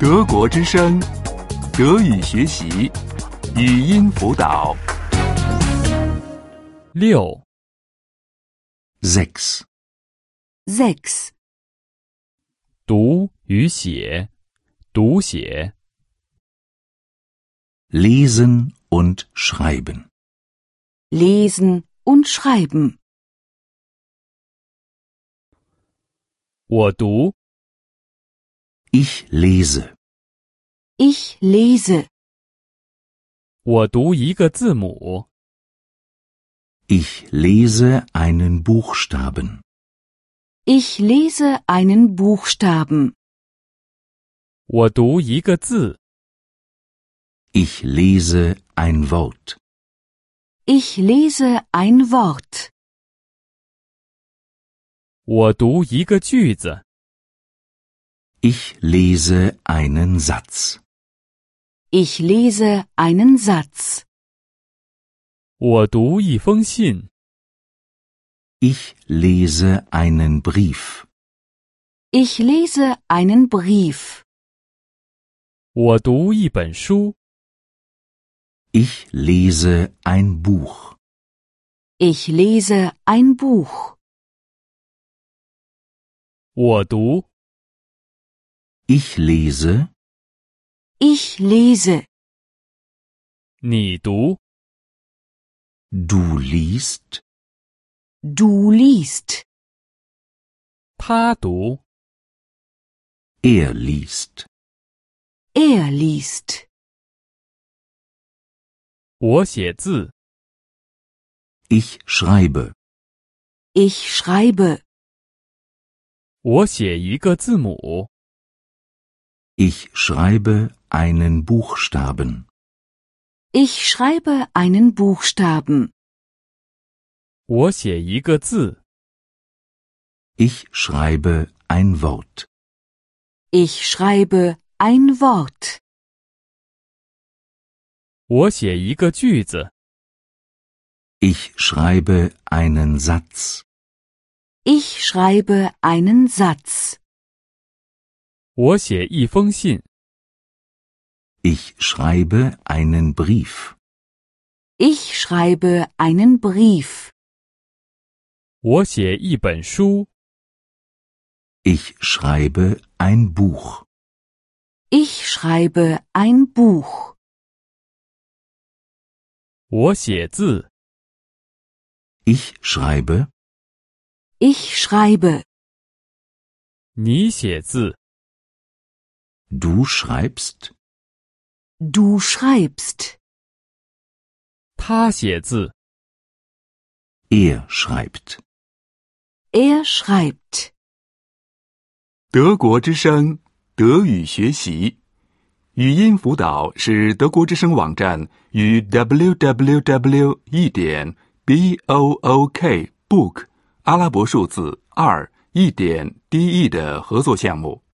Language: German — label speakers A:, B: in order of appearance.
A: 德国之声，德语学习，语音辅导。
B: 六、
A: sechs
C: 6.
B: 读与写，读写，
A: Lesen und Schreiben.
C: Lesen und Schreiben.
B: 我读，
A: Ich lese.
C: Ich lese.
B: 我读一个字母，
A: Ich lese einen Buchstaben.
C: Ich lese einen Buchstaben.
B: 我读一个字，
A: Ich lese ein Wort.
C: Ich lese ein Wort.
B: 我读一个句子，
A: Ich lese einen Satz.
C: Ich lese einen Satz.
B: 我读一封信，
A: Ich lese einen Brief.
C: Ich lese einen Brief.
B: 我读一本书，
A: Ich lese ein Buch.
C: Ich lese ein Buch.
B: 我读，
A: Ich lese.
C: Ich lese.
B: 你读，
A: Du liest.
C: Du liest.
B: 他读，
A: Er liest.
C: Er liest.
B: 我写字，
A: Ich schreibe.
C: Ich schreibe.
B: 我写一个字母，
A: Ich schreibe einen Buchstaben.
C: Ich schreibe einen Buchstaben.
B: 我写一个字，
A: Ich schreibe ein Wort.
C: Ich schreibe ein Wort.
B: 我写一个句子，
A: Ich schreibe einen Satz.
C: Ich schreibe einen Satz.
B: 我写一封信，
A: Ich schreibe einen Brief.
C: Ich schreibe einen Brief.
B: 我写一本书，
A: Ich schreibe ein Buch.
C: Ich schreibe ein Buch.
B: 我写字，
A: Ich schreibe.
C: Ich schreibe.
B: 你写字，
A: Du schreibst.
C: Du schreibst.
B: 他写字，
A: Er schreibt.
C: Er schreibt.
D: 德国之声德语学习，语音辅导是德国之声网站与 www. 一点 b o o k book 阿拉伯数字二一点 d e 的合作项目。